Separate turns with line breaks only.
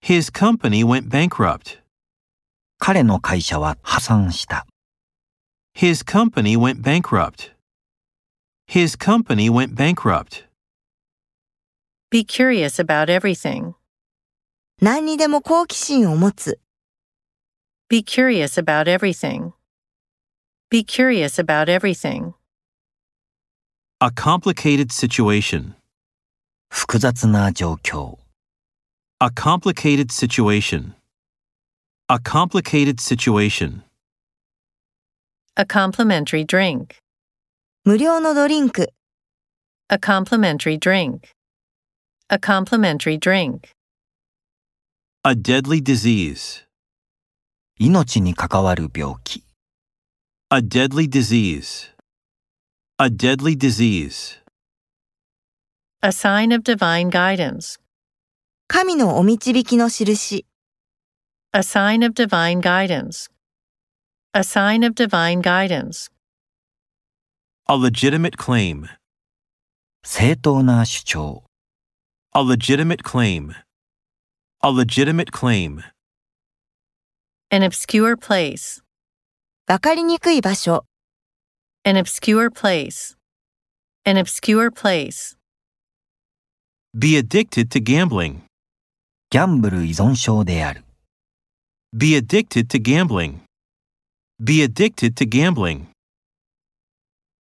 His company went bankrupt.
彼の会社は破産した。
His company went bankrupt. His company went bankrupt.
Be curious about everything.
何にでも好奇心を持つ。
Be curious about everything. Be curious about everything.
A complicated situation.
複雑な状況。
A complicated situation. A complicated situation.
A complimentary drink.
無料のドリンク。
A complimentary drink. A complimentary drink.
A deadly disease.
命に関わる病気。
A deadly disease. A deadly disease.
A sign of divine guidance.
神のお導きの印。
A sign of divine guidance. A sign of divine guidance.
A legitimate claim.
正当な主張。
A legitimate claim. A legitimate claim.
An obscure place.
わかりにくい場所。
An obscure place. An obscure place.
Be addicted to gambling.
ギャンブル依存症である。
Be addicted to gambling. Be addicted to gambling.